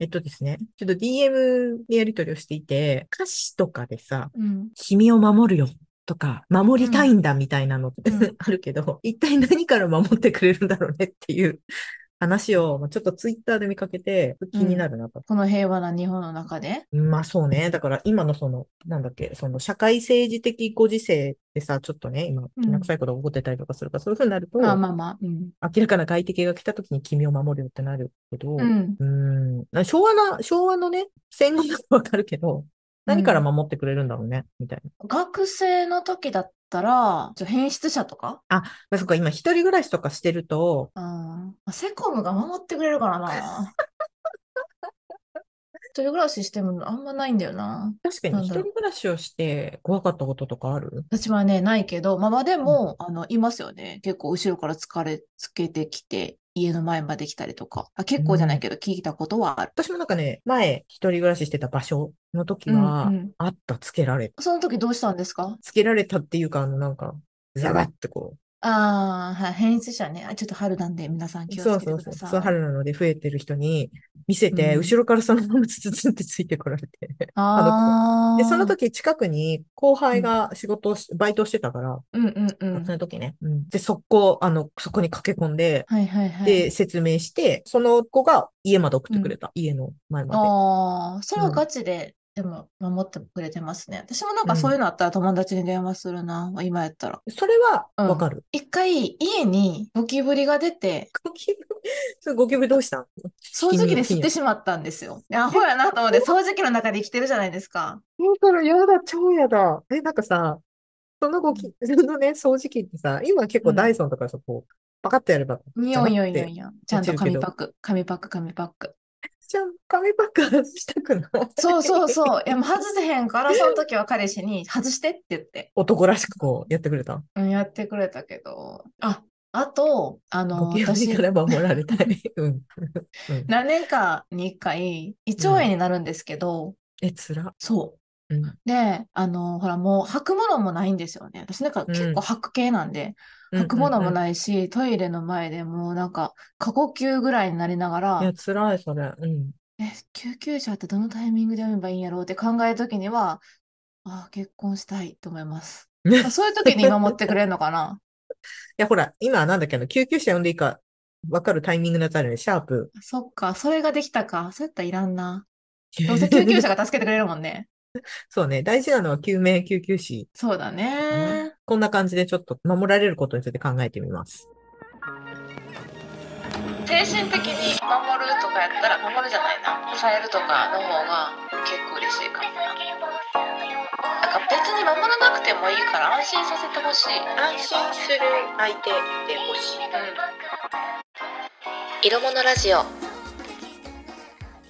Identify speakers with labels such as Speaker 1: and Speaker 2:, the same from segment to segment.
Speaker 1: えっとですね、ちょっと DM でやり取りをしていて、歌詞とかでさ、
Speaker 2: うん。
Speaker 1: 君を守るよとか、守りたいんだみたいなのって
Speaker 2: うん
Speaker 1: あるけど、一体何から守ってくれるんだろうねっていう話を、まあちょっとツイッターで見かけて、気になるなと。
Speaker 2: この平和な日本の中で。
Speaker 1: まあそうね。だから今のその、なんだっけ、その社会政治的ご時世でさ、ちょっとね、今、
Speaker 2: うん
Speaker 1: きな臭いことが起こってたりとかするから、そういうふうになると、
Speaker 2: まあ
Speaker 1: 明
Speaker 2: まあまあ。うん。
Speaker 1: らかな外敵が来た時に君を守るよってなるけど、う
Speaker 2: う。
Speaker 1: んーん、な昭和な、昭和のね、戦後だとわかるけど、何から守ってくれるんだろうね、みたいな。
Speaker 2: 学生の時だったら、ちょ変質者とか
Speaker 1: まあそっか、今一人暮らしとかしてると、
Speaker 2: うん。あセコムが守ってくれるか らな。一人暮らししてもあんまないんだよな。
Speaker 1: 確か
Speaker 2: な
Speaker 1: に
Speaker 2: ん
Speaker 1: 一
Speaker 2: だろう
Speaker 1: 人暮らしをして怖かったこととかある
Speaker 2: 私はね、ないけど、まあまあでも、あの、いますよね。結構後ろから疲れつけてきて、家の前まで来たりとか。あ、結構じゃないけど、聞いたことはある。
Speaker 1: 私もなんかね、前、一人暮らししてた場所の時は、
Speaker 2: うんうん
Speaker 1: あった、つけられた
Speaker 2: その時どうしたんですか
Speaker 1: つけられたっていうか、あの、なんか、ザバってこ
Speaker 2: ああ、はい、変質者ね。あ、ちょっと春なんで皆さん
Speaker 1: う、
Speaker 2: 気を
Speaker 1: そう
Speaker 2: つけて
Speaker 1: そう
Speaker 2: くだ
Speaker 1: そう、
Speaker 2: さ
Speaker 1: そう、
Speaker 2: い。
Speaker 1: 春なので増えてる人に見せて、
Speaker 2: うん
Speaker 1: 後ろからそのままツツツンってついてこられて。
Speaker 2: あ
Speaker 1: で、その
Speaker 2: あ、
Speaker 1: 時近くに後輩が仕事をし、バイトをしてたから、
Speaker 2: うんうんうん
Speaker 1: そ。の時ね。うんで、速攻、あの、そこに駆け込んで、
Speaker 2: はいはいはい。
Speaker 1: で、説明して、その子が家まで送ってくれた。家の前まで。
Speaker 2: ああ、それは
Speaker 1: うん
Speaker 2: ガチで、でも守ってくれてますね。私もなんか
Speaker 1: うん
Speaker 2: そういうのあったら友達に電話するな、今やったら。
Speaker 1: それは、
Speaker 2: うん
Speaker 1: わかる。
Speaker 2: 一回家にゴキブリが出て、
Speaker 1: ゴキブリ、それゴキブリどうしたん
Speaker 2: 掃除機で吸ってしまったんですよ。でアホやなと 思って、掃除機の中で生きてるじゃないですか。
Speaker 1: だからやだ、超やだ。え、なんかさ、そのゴキ、そのね、掃除機ってさ、今結構ダイソンとかさ、こう、パカッとやれば、
Speaker 2: に
Speaker 1: ザ
Speaker 2: お
Speaker 1: バ
Speaker 2: い
Speaker 1: ッ
Speaker 2: よい
Speaker 1: て
Speaker 2: よいよ。ちゃんと紙パック、紙パック、紙パック。
Speaker 1: じゃあ、紙パック外したくない。
Speaker 2: そうそうそう。いや、もう外せへ んから、その時は彼氏に外してって言って、
Speaker 1: 男らしくこう、やってくれた。
Speaker 2: うん、やってくれたけど。あ、あと、あの、
Speaker 1: ゴキブリ
Speaker 2: 私
Speaker 1: か、ら守られたい。うん。うん
Speaker 2: 何年かに一回、胃腸炎になるんですけど、
Speaker 1: え、つら。
Speaker 2: そ
Speaker 1: う
Speaker 2: う。
Speaker 1: ん。
Speaker 2: で、あの、ほら、もう履くものもないんですよね。私なんか結構履く系なんで、履くものも
Speaker 1: い。
Speaker 2: ないし、トイレの前でもうなんか過呼吸ぐらいになりなが
Speaker 1: いや、
Speaker 2: ら、
Speaker 1: つらい、それ。うん。
Speaker 2: え、救急車ってどのタイミングで呼べばいいんやろうって考えるときには、ああ、結婚したいと思います。まあそういう時に守ってくれるのかな
Speaker 1: いや、ほら、今、なんだっけ、あの、救急車呼んでいいか、わかるタイミングのやつあるよね、シャープ。
Speaker 2: そっか、それができたか。そうやったらいらんな。ど うせ救急車が助けてくれるもんね。
Speaker 1: そうね、大事なのは救命救急士。
Speaker 2: そうだね。
Speaker 1: こんな感じでちょっと守られることについて考えてみます。
Speaker 2: 精神的に守るとかやったら守るじゃないな抑えるとかの方が結構嬉しいかもなんか別に守らなくてもいいから安心させてほしい
Speaker 1: 安心する相手で欲しい。
Speaker 2: 色物ラジオ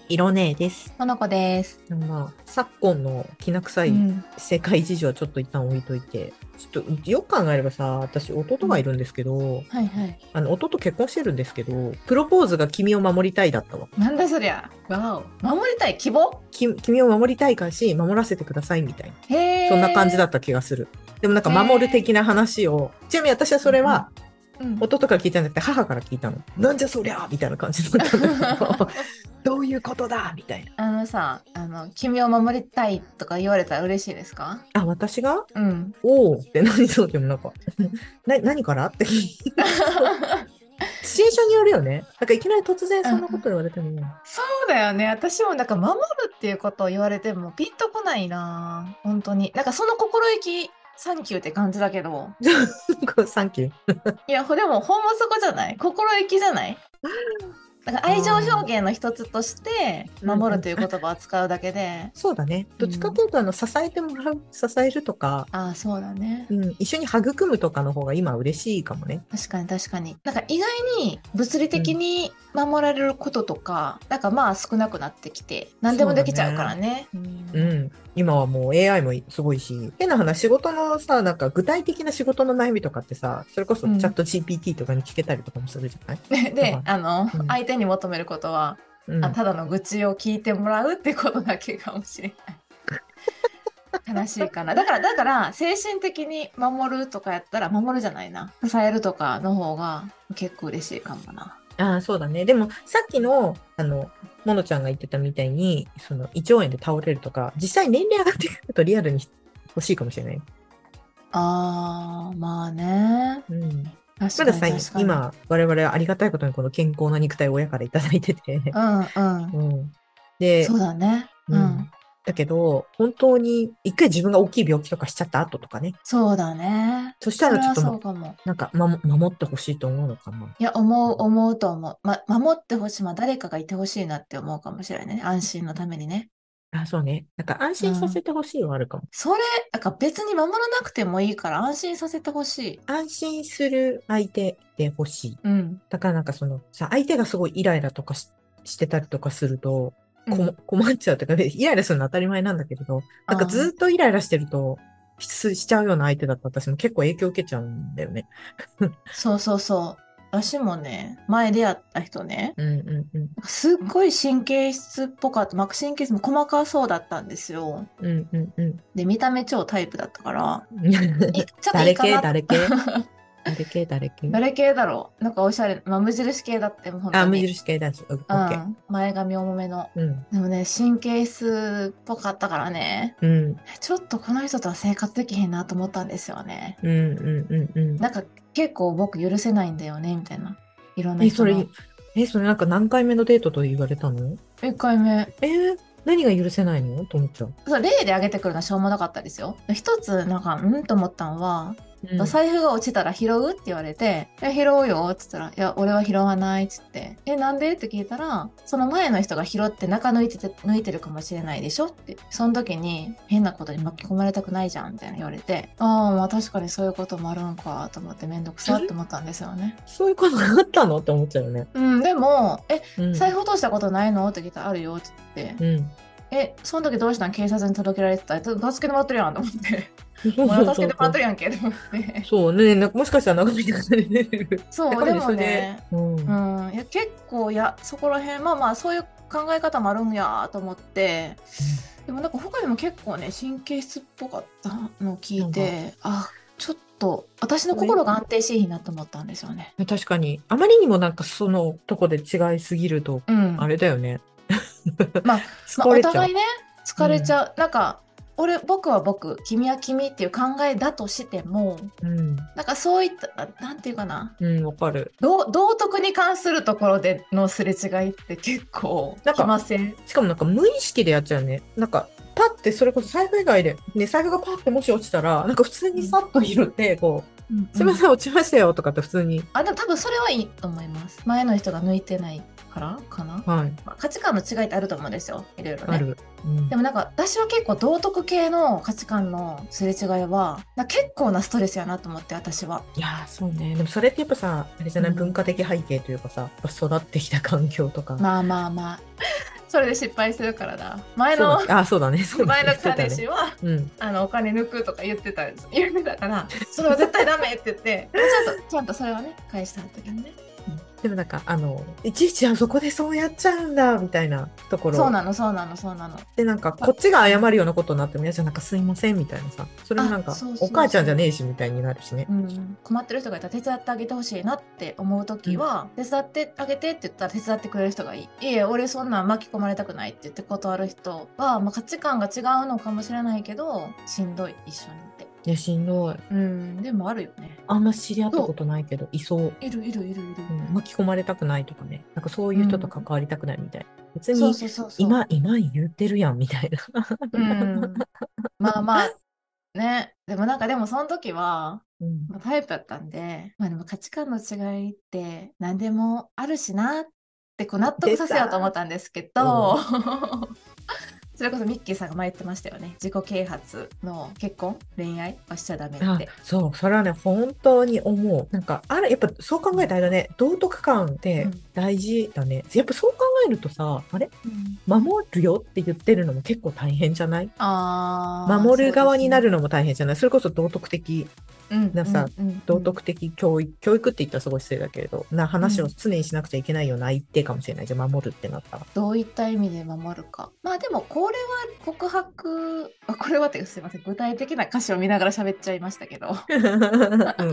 Speaker 1: 色ねえです。
Speaker 2: モノコです、
Speaker 1: まあ、昨今のきな臭
Speaker 2: う
Speaker 1: い
Speaker 2: ん、
Speaker 1: 世界事情はちょっと一旦置いといて、ちょっとよく考えればさ、私弟がいるんですけど、
Speaker 2: はいはい
Speaker 1: あの、弟結婚してるんですけど、プロポーズが君を守りたいだったわ。
Speaker 2: なんだそりゃわお守りたい希望
Speaker 1: き君を守りたいからし、守らせてくださいみたいな。
Speaker 2: へえ
Speaker 1: そんな感じだ
Speaker 2: っ
Speaker 1: った気がする。でもなんか守る的な話を、ちなみに私はそれは
Speaker 2: た、うん
Speaker 1: 弟から聞いたんじゃなくて母から聞いたの。なんじゃそりゃみたいな感じだったんだけ ど、どういうことだみたいな。
Speaker 2: あのさあの「君を守りたい」とか言われたら嬉しいですか
Speaker 1: あ、私が
Speaker 2: うん
Speaker 1: おおって何そうでもなん か、な何からって。シチュエーションによるよね。なんかいきなり突然そんなこと言われても、
Speaker 2: そうだよね。私もなんか守るっていうことを言われてもピンとこないな。本当に。なんかその心意気、サンキューって感じだけど。
Speaker 1: こうサンキュー。
Speaker 2: いや、ほでもほんまそこじゃない心意気じゃないなんか愛情表現の一つとして
Speaker 1: うん
Speaker 2: 守るという言葉を使うだけで。
Speaker 1: そうだね。どっちかというと、あの、支えてもらう、支えるとか、
Speaker 2: ああ、そうだね。
Speaker 1: うん、一緒に育むとかの方が今嬉しいかもね。
Speaker 2: 確かに確かに。なんか意外に物理的に守られることとか、なんかまあ少なくなってきて、何でもできちゃうからね。
Speaker 1: う
Speaker 2: うん
Speaker 1: ん、今はもう AI もすごいし変な話仕事のさなんか具体的な仕事の悩みとかってさそれこそチ
Speaker 2: うん
Speaker 1: ャット GPT とかに聞けたりとかもするじゃない、
Speaker 2: で、あの、
Speaker 1: うん
Speaker 2: 相手に求めることは、
Speaker 1: うん
Speaker 2: あただの愚痴を聞いてもらうってことだけかもしれ ない。悲しいかな。だから、だから、精神的に守るとかやったら、守るじゃないな。支えるとかの方が結構嬉しいかもな。
Speaker 1: あーそうだねでもさっきのあのモノちゃんが言ってたみたいに、その胃腸炎で倒れるとか、実際年齢上がってくるとリアルに欲しいかもしれない。
Speaker 2: あー、まあね。
Speaker 1: うん。
Speaker 2: 確
Speaker 1: た
Speaker 2: か
Speaker 1: だ
Speaker 2: に
Speaker 1: さ、
Speaker 2: 確かに。
Speaker 1: 今、我々はありがたいことにこの健康な肉体を親からいただいてて。
Speaker 2: うんうん。
Speaker 1: うん。で
Speaker 2: そ、うだね。
Speaker 1: う
Speaker 2: うんん。
Speaker 1: だけど、本当に、一回自分が大きい病気とかしちゃった後とかね。
Speaker 2: そうだね。
Speaker 1: そした
Speaker 2: そ
Speaker 1: ら
Speaker 2: れ
Speaker 1: ちょ
Speaker 2: は
Speaker 1: っとも
Speaker 2: そうかも。
Speaker 1: う、なんか、ま、守ってほしいと思うのかな。
Speaker 2: いや、思う、思うと思う。ま、守ってほしい。まあ、誰かがいてほしいなって思うかもしれないね。安心のためにね。
Speaker 1: あ、そうね。なんか安心させてほしいはあるかも。
Speaker 2: それ、なんか別に守らなくてもいいから安心させてほしい。
Speaker 1: 安心する相手でほしい。
Speaker 2: うん。
Speaker 1: だからなんかその、さ、相手がすごいイライラとかししてたりとかすると、
Speaker 2: う
Speaker 1: こ
Speaker 2: ん
Speaker 1: も困っちゃうというか、でイライラするの当たり前なんだけれど、なんかずっとイライラしてると、ししちゃうような相手だと私も結構影響受けちゃうんだよね。
Speaker 2: そうそうそう。私もね、前出会った人ね、
Speaker 1: うんうんうん。
Speaker 2: すっごい神経質っぽかった。まあ神経質も細かそうだったんですよ。
Speaker 1: うんうんうん。
Speaker 2: で、見た目超タイプだったから、いちょっとい
Speaker 1: 誰
Speaker 2: いか
Speaker 1: 系
Speaker 2: な。
Speaker 1: 誰系誰系誰系
Speaker 2: 誰系だろうなんかおしゃれ、まあ無印系だって、もう本当
Speaker 1: あ、無
Speaker 2: に。
Speaker 1: 印系男子。オッケー。
Speaker 2: うん。前髪重めの。
Speaker 1: うん。
Speaker 2: でもね、神経質っぽかったからね、
Speaker 1: うん。
Speaker 2: ちょっとこの人とは生活できへんなと思ったんですよね。
Speaker 1: うんうんうんうん。
Speaker 2: なんか結構僕許せないんだよね、みたいな。いろんな
Speaker 1: え、
Speaker 2: 人
Speaker 1: そ
Speaker 2: の。
Speaker 1: れ、え、それなんか何回目のデートと言われたの
Speaker 2: 1回目。
Speaker 1: えー何が許せないのと思っちゃう。
Speaker 2: そう例で挙げてくるのはしょうもなかったですよ。一つなんかうんと思ったの
Speaker 1: うん
Speaker 2: は、財布が落ちたら拾うって言われて「え拾うよ」っつったら「いや俺は拾わない」っつって「えなんで?」って聞いたらその前の人が拾って中抜いてて抜いてるかもしれないでしょってその時に変なことに巻き込まれたくないじゃんみたいな言われてああまあ確かにそういうこともあるんかと思って面倒くさって思ったんですよね。
Speaker 1: そういうことがあったのって思っちゃうよね。
Speaker 2: うんでも「え
Speaker 1: うん。
Speaker 2: 財布落としたことないの?」って聞いたら「あるよ」っつって
Speaker 1: うん。
Speaker 2: 「えその時どうしたん警察に届けられてた助けてもらってるやん」と思 って。
Speaker 1: そう
Speaker 2: も
Speaker 1: そうう
Speaker 2: 助
Speaker 1: そ
Speaker 2: け
Speaker 1: う
Speaker 2: てもらってるやんけと思って。
Speaker 1: そうね、なんかもしかしたら長引いてくれる。
Speaker 2: そう、でもね、
Speaker 1: うん。う
Speaker 2: う
Speaker 1: ん
Speaker 2: ん、いや結構いや、そこら辺、まあまあ、そういう考え方もあるんやと思って、でもなんか他にも結構ね、神経質っぽかったのを聞いて、あ、ちょっと、私の心が安定しいなと思ったんですよね。
Speaker 1: 確かに、あまりにもなんかそのとこで違いすぎると、
Speaker 2: うん。
Speaker 1: あれだよね。
Speaker 2: まあ、まあ、
Speaker 1: 疲
Speaker 2: お
Speaker 1: れちゃう
Speaker 2: 互いね、疲れちゃう。なんか、俺、僕は僕、君は君っていう考えだとしても、
Speaker 1: うん。
Speaker 2: なんかそういった、なんていうかな、
Speaker 1: うん、わかる。
Speaker 2: 道道徳に関するところでのすれ違いって結構
Speaker 1: なんか
Speaker 2: きません
Speaker 1: しかもなんか無意識でやっちゃうね。なんか、パって、それこそ財布以外で、ね、財布がパってもし落ちたら、なんか普通にさっと拾って、こう、すいません、落ちましたよとかって普通に、
Speaker 2: あでも多分それはいいと思います前の人が抜いてないからかな、
Speaker 1: はい、
Speaker 2: まあ価値観の違いってあると思うんですよいろいろ
Speaker 1: あ
Speaker 2: ね
Speaker 1: る。うん
Speaker 2: でもなんか私は結構道徳系の価値観のすれ違いはなんか結構なストレスやなと思って私はい
Speaker 1: やー、そうね。でもそれってやっぱさ、あれじゃない、
Speaker 2: うん
Speaker 1: 文化的背景というかさ、やっぱ育ってきた環境とか。
Speaker 2: まあまあまあ それで失敗するからだ前
Speaker 1: そう
Speaker 2: の
Speaker 1: だあ、そうだね。そうだ
Speaker 2: 前
Speaker 1: ね
Speaker 2: の
Speaker 1: そうだ
Speaker 2: 彼
Speaker 1: ね
Speaker 2: 氏は
Speaker 1: うん。
Speaker 2: あのお金抜くとか言ってたんです言ってたからそれは絶対ダメって言ってちゃんとちゃんとそれはね返したんだけどね
Speaker 1: でもなんか、あの、いちいちあそこでそうやっちゃうんだ、みたいなところ。
Speaker 2: そうなのそうなのそうなの
Speaker 1: で、なんか、こっちが謝るようなことになっても、いやじゃあなんかすいません、みたいなさ。それもなんか
Speaker 2: あそうそう、そう
Speaker 1: お母ちゃんじゃねえし、みたいになるしね
Speaker 2: う。ん、困ってる人がいたら手伝ってあげてほしいなって思う時は、手伝ってあげてって言ったら手伝ってくれる人がいいいいえ俺そんなん巻き込まれたくないって言って断る人は、まあ、価値観が違うのかもしれないけどしんどい一緒にって
Speaker 1: いや、しんどい。
Speaker 2: うんでもあるよね
Speaker 1: あんま知り合ったことないけど、いそう。
Speaker 2: いるいるいるいる、
Speaker 1: うん巻き込まれたくないとかね。なんかそういう人と関わりたくないみたい。別
Speaker 2: そう
Speaker 1: に、
Speaker 2: そうそうそう
Speaker 1: 今、今言ってるやん、みたいな。
Speaker 2: うん、まあまあねでもなんかでもその時は
Speaker 1: うん
Speaker 2: まあタイプだったんで、まあ、でも価値観の違いって何でもあるしなってこう納得させようと思ったんですけど、 それこそミッキーさんが前言ってましたよね自己啓発の結婚恋愛はしちゃダメっ
Speaker 1: あ
Speaker 2: て。
Speaker 1: そうそれはね本当に思うなんかあれやっぱそう考えたらあれだね道徳観って
Speaker 2: うん
Speaker 1: 大事だね、やっぱそう考えるとさあれ守るよって言ってるのも結構大変じゃない
Speaker 2: あー
Speaker 1: 守る側になるのも大変じゃないそれこそ道徳的
Speaker 2: そう
Speaker 1: な
Speaker 2: ですね
Speaker 1: さ
Speaker 2: うんうんうん
Speaker 1: 道徳的教育、教育って言ったらすごい失礼だけれどな話を常にしなくちゃいけないような相手かもしれないじゃん守るってな ったら
Speaker 2: どういった意味で守るかまあでもこれは告白あこれはっていうかすいません具体的な歌詞を見ながら喋っちゃいましたけど。
Speaker 1: うん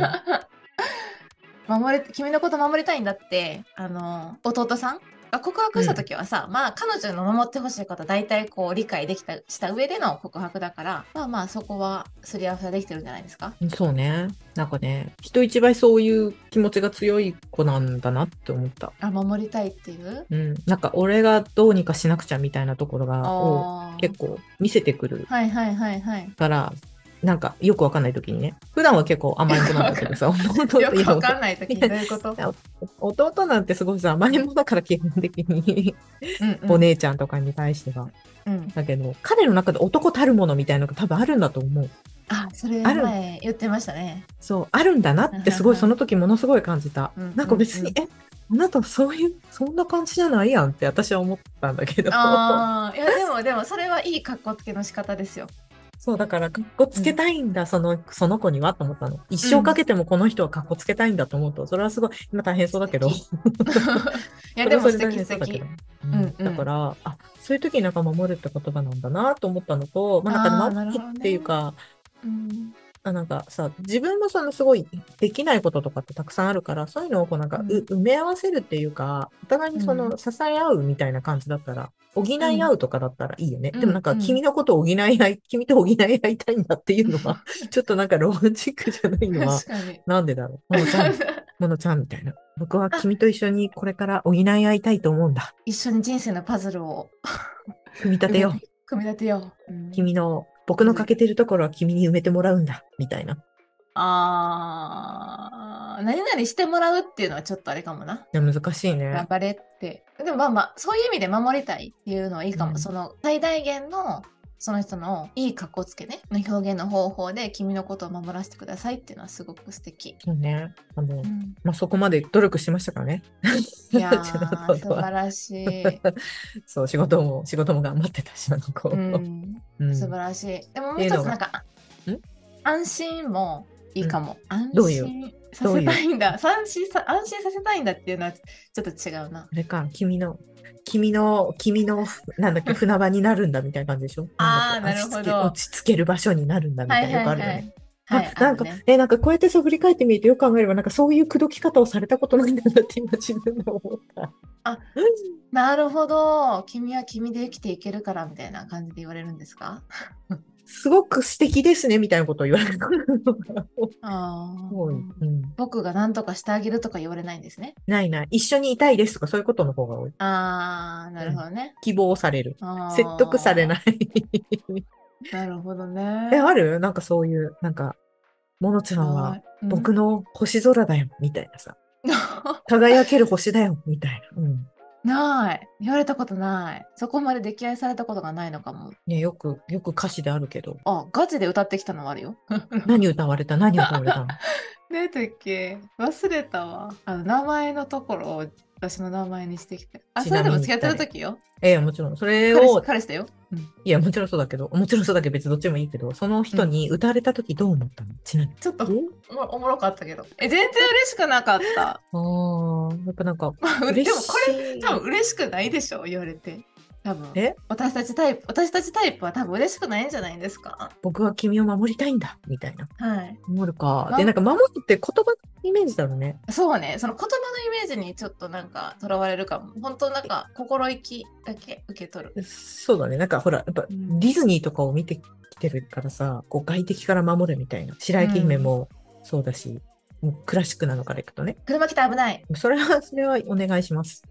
Speaker 2: 守れ君のこと守りたいんだってあの弟さんあ告白した時はさ、まあ彼女の守ってほしいことは大体こう理解できたした上での告白だからまあまあそこはすり合わせはできてるんじゃないですか
Speaker 1: そうね。なんかね、人一倍そういう気持ちが強い子なんだなって思った。
Speaker 2: あ守りたいっていう
Speaker 1: うん。なんか俺がどうにかしなくちゃみたいなところが、を
Speaker 2: あー
Speaker 1: 結構見せてくる
Speaker 2: はいはいはいはい
Speaker 1: から、なんかよくわかんない時にね。普段は結構甘えん子なんだけどさ、弟
Speaker 2: よくわか
Speaker 1: い
Speaker 2: んない 時にどういうこと
Speaker 1: や弟なんてすごいさ、甘えん坊だから基本的に、
Speaker 2: うんうん
Speaker 1: お姉ちゃんとかに対しては。
Speaker 2: うん、
Speaker 1: だけど、彼の中で男たるものみたいなのが多分あるんだと思う。
Speaker 2: あそれ
Speaker 1: ある
Speaker 2: 前言ってまし たね
Speaker 1: そう、あるんだなってすごいその時ものすごい感じた
Speaker 2: うん。
Speaker 1: なんか別に、え、あなたそういう、そんな感じじゃないやんって私は思ったんだけど。
Speaker 2: ああいやでもでもそれはいい格好つけの仕方ですよ
Speaker 1: そう、だから、かっこつけたいんだ、その、その子にはと思ったの。一生かけてもこの人はかっこつけたいんだと思うと、それはすごい、今大変そうだけど。
Speaker 2: 素いや
Speaker 1: それ
Speaker 2: で
Speaker 1: はそれ
Speaker 2: も素
Speaker 1: 大
Speaker 2: 敵
Speaker 1: 変
Speaker 2: 素
Speaker 1: そうだけ
Speaker 2: 敵
Speaker 1: ど。
Speaker 2: ん
Speaker 1: うん
Speaker 2: うん
Speaker 1: だから、あ、そういう時になんか守るって言葉なんだなと思ったのと、まあなんか
Speaker 2: あーなるほ
Speaker 1: 待
Speaker 2: どね
Speaker 1: ってっていうか、
Speaker 2: うん
Speaker 1: あなんかさ、自分もそのすごいできないこととかってたくさんあるから、そういうのをこうなんか、う
Speaker 2: うん
Speaker 1: 埋め合わせるっていうか、お互いにそうの支え合うみたいな感じだったら、補い合うとかだったらいいよね。
Speaker 2: うん
Speaker 1: でもなんか、
Speaker 2: うん
Speaker 1: 君のことを補い合い、君と補い合いたいんだっていうの は、ちょっとなんかロマンチックじゃないのは
Speaker 2: 確、かに
Speaker 1: なんでだろう。ものち ゃん、ものちゃんみたいな。僕は君と一緒にこれから補い合いたいと思うんだ。
Speaker 2: 一緒に人生のパズルを
Speaker 1: 組み立てよう。
Speaker 2: 組み立てよう、うん
Speaker 1: 君の、僕の欠けてるところは君に埋めてもらうんだ。みたいな。
Speaker 2: あー何々してもらうっていうのはちょっとあれかもな。
Speaker 1: いや難しいね
Speaker 2: 頑。張れって。でもまあまあそういう意味で守りたいっていうのはいいかも。
Speaker 1: うん
Speaker 2: その最大限のその人のいい格好つけねの表現の方法で君のことを守らせてくださいっていうのはすごく素敵。
Speaker 1: そうね。あの、
Speaker 2: うん、
Speaker 1: まあ、そこまで努力しましたからね。
Speaker 2: い や
Speaker 1: ちょっ
Speaker 2: ー
Speaker 1: と
Speaker 2: 素晴ら しい。
Speaker 1: そう、仕事も、仕事も頑張ってたし、あの子。
Speaker 2: うん
Speaker 1: うん
Speaker 2: 素晴らしい。でももう
Speaker 1: っていう
Speaker 2: 一
Speaker 1: の
Speaker 2: つ
Speaker 1: が
Speaker 2: なんか、
Speaker 1: ん
Speaker 2: 安心もいいかも。安
Speaker 1: どういう
Speaker 2: 心させたいんだ。安心さ安心させたいんだっていうのはちょっと違うな。
Speaker 1: あれか、君の、君の、君の、なんだっけ、船場になるんだみたいな感じでしょ
Speaker 2: あー
Speaker 1: んだっけ
Speaker 2: なるほど
Speaker 1: 落ち着け落ち着ける場所になるんだみたいな、よくあるよね。。
Speaker 2: はい、
Speaker 1: あなんか、
Speaker 2: あのね
Speaker 1: え、なんかこうやってそう振り返ってみるとよく考えれば、なんかそういう口説き方をされたことないんだなって今自分で思った。
Speaker 2: あ、なるほど。君は君で生きていけるからみたいな感じで言われるんですか
Speaker 1: すごく素敵ですね、みたいなことを言われるのが
Speaker 2: あー
Speaker 1: 多い。うん。
Speaker 2: 僕が何とかしてあげるとか言われないんですね。
Speaker 1: ないない。一緒にいたいですとか、そういうことの方が多い。
Speaker 2: ああ、なるほどね。
Speaker 1: 希望される。
Speaker 2: あー
Speaker 1: 説得されない。
Speaker 2: なるほどね。
Speaker 1: え、あるなんかそういう、なんか、ものちゃん
Speaker 2: は、
Speaker 1: はい
Speaker 2: うん
Speaker 1: 僕の星空だよ、みたいなさ。輝ける星だよ、みたいな。うん。
Speaker 2: ない。言われたことない。そこまで溺愛されたことがないのかも。
Speaker 1: ね、よく、よく歌詞であるけど、
Speaker 2: あ、ガチで歌ってきたのはあるよ。
Speaker 1: 何歌われた何歌われたの
Speaker 2: 何やったっけ忘れたわ。あの、名前のところを私の名前にしてきて。あ、
Speaker 1: ち
Speaker 2: それ
Speaker 1: なみ
Speaker 2: で
Speaker 1: に
Speaker 2: も付き合ってる時よ。
Speaker 1: ええ、もちろん。それ
Speaker 2: 彼氏
Speaker 1: を、
Speaker 2: 彼氏だよ。うん
Speaker 1: いや、もちろんそうだけど、もちろんそうだけど別にどっちもいいけど、その人に歌われた時どう思ったのちなみに。
Speaker 2: ちょっとおもおもろかったけど。え、全然嬉しくなか った。
Speaker 1: ああ、やっぱなん か、
Speaker 2: まあ、で
Speaker 1: 嬉
Speaker 2: も
Speaker 1: し
Speaker 2: これ
Speaker 1: い。
Speaker 2: 多分嬉しくないでしょ言われて。多分
Speaker 1: え
Speaker 2: 私たちタイプ私たちタイプは多分嬉しくないんじゃないんですか
Speaker 1: 僕は君を守りたいんだ、みたいな。
Speaker 2: はい
Speaker 1: 守るか。
Speaker 2: ま
Speaker 1: で、なんか守るって言葉のイメージだろうね。
Speaker 2: そうね、その言葉のイメージにちょっとなんかとらわれるかも。本当なんか心意気だけ受け取る。
Speaker 1: そうだね。なんかほら、やっぱ
Speaker 2: うん
Speaker 1: ディズニーとかを見てきてるからさ、こう外敵から守るみたいな。白雪姫もそうだし、もうクラシックなのからいくとね。
Speaker 2: 車来た危ない。
Speaker 1: それは、 それはお願いし ます。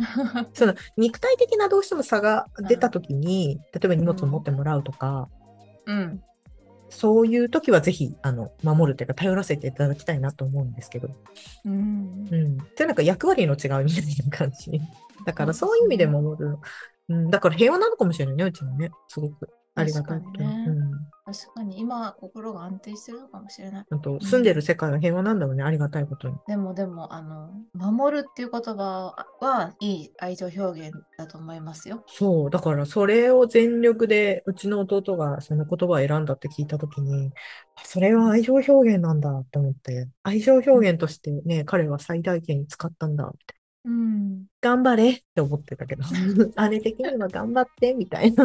Speaker 1: その肉体的などうしても差が出た時に、例えば荷物を持ってもらうとか、
Speaker 2: うん。
Speaker 1: そういう時はぜひ、あの、守るというか、頼らせていただきたいなと思うんですけど。
Speaker 2: うん
Speaker 1: う。ん。で、なんか役割の違うみたいな感じ。だから、そういう意味で守る。うん。だから平和なのかもしれないね、うちもね。すごく。ありがたいことに
Speaker 2: 確かにね
Speaker 1: うん。
Speaker 2: 確かに今は心が安定してるのかもしれない。
Speaker 1: あと住んでる世界が平和なんだろうね、ありがたいことに。
Speaker 2: でもでも、あの、守るっていう言葉はいい愛情表現だと思いますよ。
Speaker 1: そう、だからそれを全力で、うちの弟がその言葉を選んだって聞いたときに、あそれは愛情表現なんだって思って、愛情表現としてね、彼は最大限に使ったんだ、みたい
Speaker 2: うん。
Speaker 1: 頑張れって思ってた けど、姉的には頑張ってみたいな。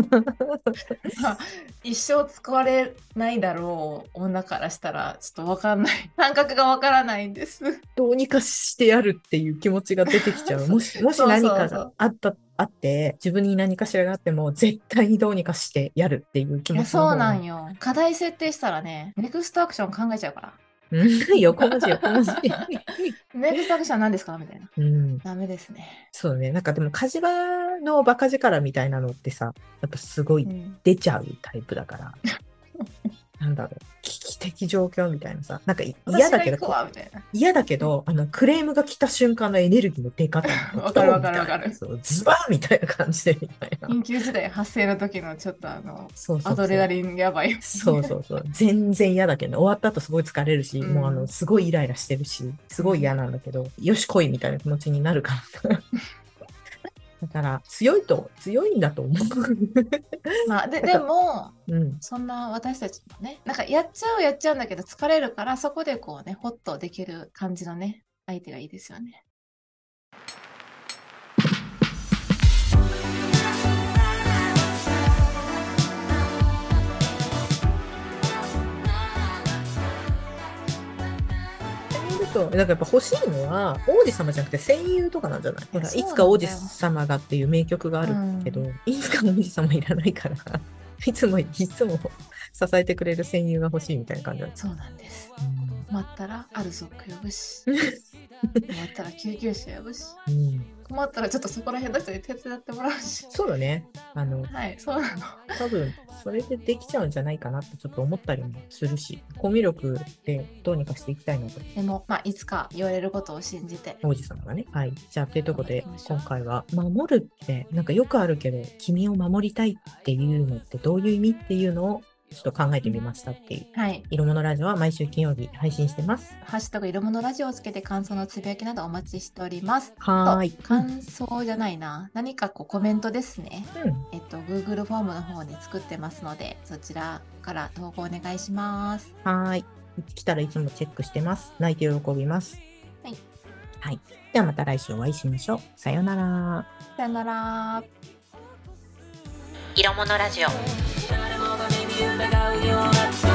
Speaker 2: 一生使われないだろう女からしたらちょっとわかんない 感覚がわからないんです。
Speaker 1: どうにかしてやるっていう気持ちが出てきちゃう。もし、もし
Speaker 2: そうそうそう
Speaker 1: 何かがあった、あって、自分に何かしらがあっても、絶対にどうにかしてやるっていう気
Speaker 2: い
Speaker 1: 持
Speaker 2: や
Speaker 1: ちの方
Speaker 2: そうなん
Speaker 1: よ。
Speaker 2: よ。課題設定したらねネクストアクション考えちゃうから。
Speaker 1: うん 横文字、横文字。
Speaker 2: ネクストアクション何ですかみたいな。
Speaker 1: うん、
Speaker 2: ダメですね。
Speaker 1: そうね。なんかでも、火事場のバカ力みたいなのってさ、やっぱすごい
Speaker 2: うん、
Speaker 1: 出ちゃうタイプだ から。なんだろう。危機的状況みたいなさ。なんかい嫌
Speaker 2: 私
Speaker 1: だ
Speaker 2: が
Speaker 1: けど
Speaker 2: 行く、わみたいな。
Speaker 1: 嫌だけど、あの、クレームが来た瞬間のエネルギーの出方。
Speaker 2: わかるわかるわかる
Speaker 1: そうズバーみたいな感じでみたいな。
Speaker 2: 緊急事態発生の時のちょっとあの
Speaker 1: そうそうそう
Speaker 2: アドレナリンやばいよ。
Speaker 1: そうそうそう。全然嫌だけど、終わった後すごい疲れるし、
Speaker 2: うん
Speaker 1: もうあの、すごいイライラしてるし、すごい嫌なんだけど、よし来いみたいな気持ちになるから。 だから、強いと、強いんだと思
Speaker 2: まあででも
Speaker 1: う。うん。
Speaker 2: そんな私たちもね、なんかやっちゃうやっちゃうんだけど疲れるから、そこでこうね、ホッとできる感じのね、相手がいいですよね。
Speaker 1: と、なんかやっぱ欲しいのは、王子様じゃなくて戦友とかなんじゃないほら、
Speaker 2: そう
Speaker 1: い
Speaker 2: なんだよ
Speaker 1: つか王子様がっていう名曲があるけど、
Speaker 2: う
Speaker 1: いつか王子様いらないから、いつも、いつも支えてくれる戦友が欲しいみたいな感じなんです。
Speaker 2: そうなんです。待ったらアルソック呼 ぶし、待ったら救急車呼ぶし、
Speaker 1: うん。
Speaker 2: 困ったらちょっとそこら辺の人に手伝ってもらうし。
Speaker 1: そうだね。あの、
Speaker 2: はい、そうなの。
Speaker 1: 多分それでできちゃうんじゃないかなってちょっと思ったりもするしコミュ力でどうにかしていきたいなと
Speaker 2: でも、まあ、いつか言われることを信じて。
Speaker 1: 王子様がねはいじゃあというとこで
Speaker 2: 頑張りましょう
Speaker 1: 今回は「守る」ってなんかよくあるけど「君を守りたい」っていうのってどういう意味っていうのをちょっと考えてみましたっていう。
Speaker 2: はい、
Speaker 1: 色物ラジオは毎週金曜日配信してます。
Speaker 2: ハッシュタグ色物ラジオをつけて感想のつぶやきなどお待ちしております。
Speaker 1: はーい。
Speaker 2: 感想じゃないな。何かこうコメントですね。
Speaker 1: うん
Speaker 2: えっと、Google フォームの方で作ってますので、そちらから投稿お願いします。
Speaker 1: はーい。来たらいつもチェックしてます。泣いて喜びます。
Speaker 2: はい。
Speaker 1: はい。ではまた来週お会いしましょう。さようなら。
Speaker 2: さよなら。
Speaker 3: 色物ラジオ
Speaker 4: 誰もが耳疑うような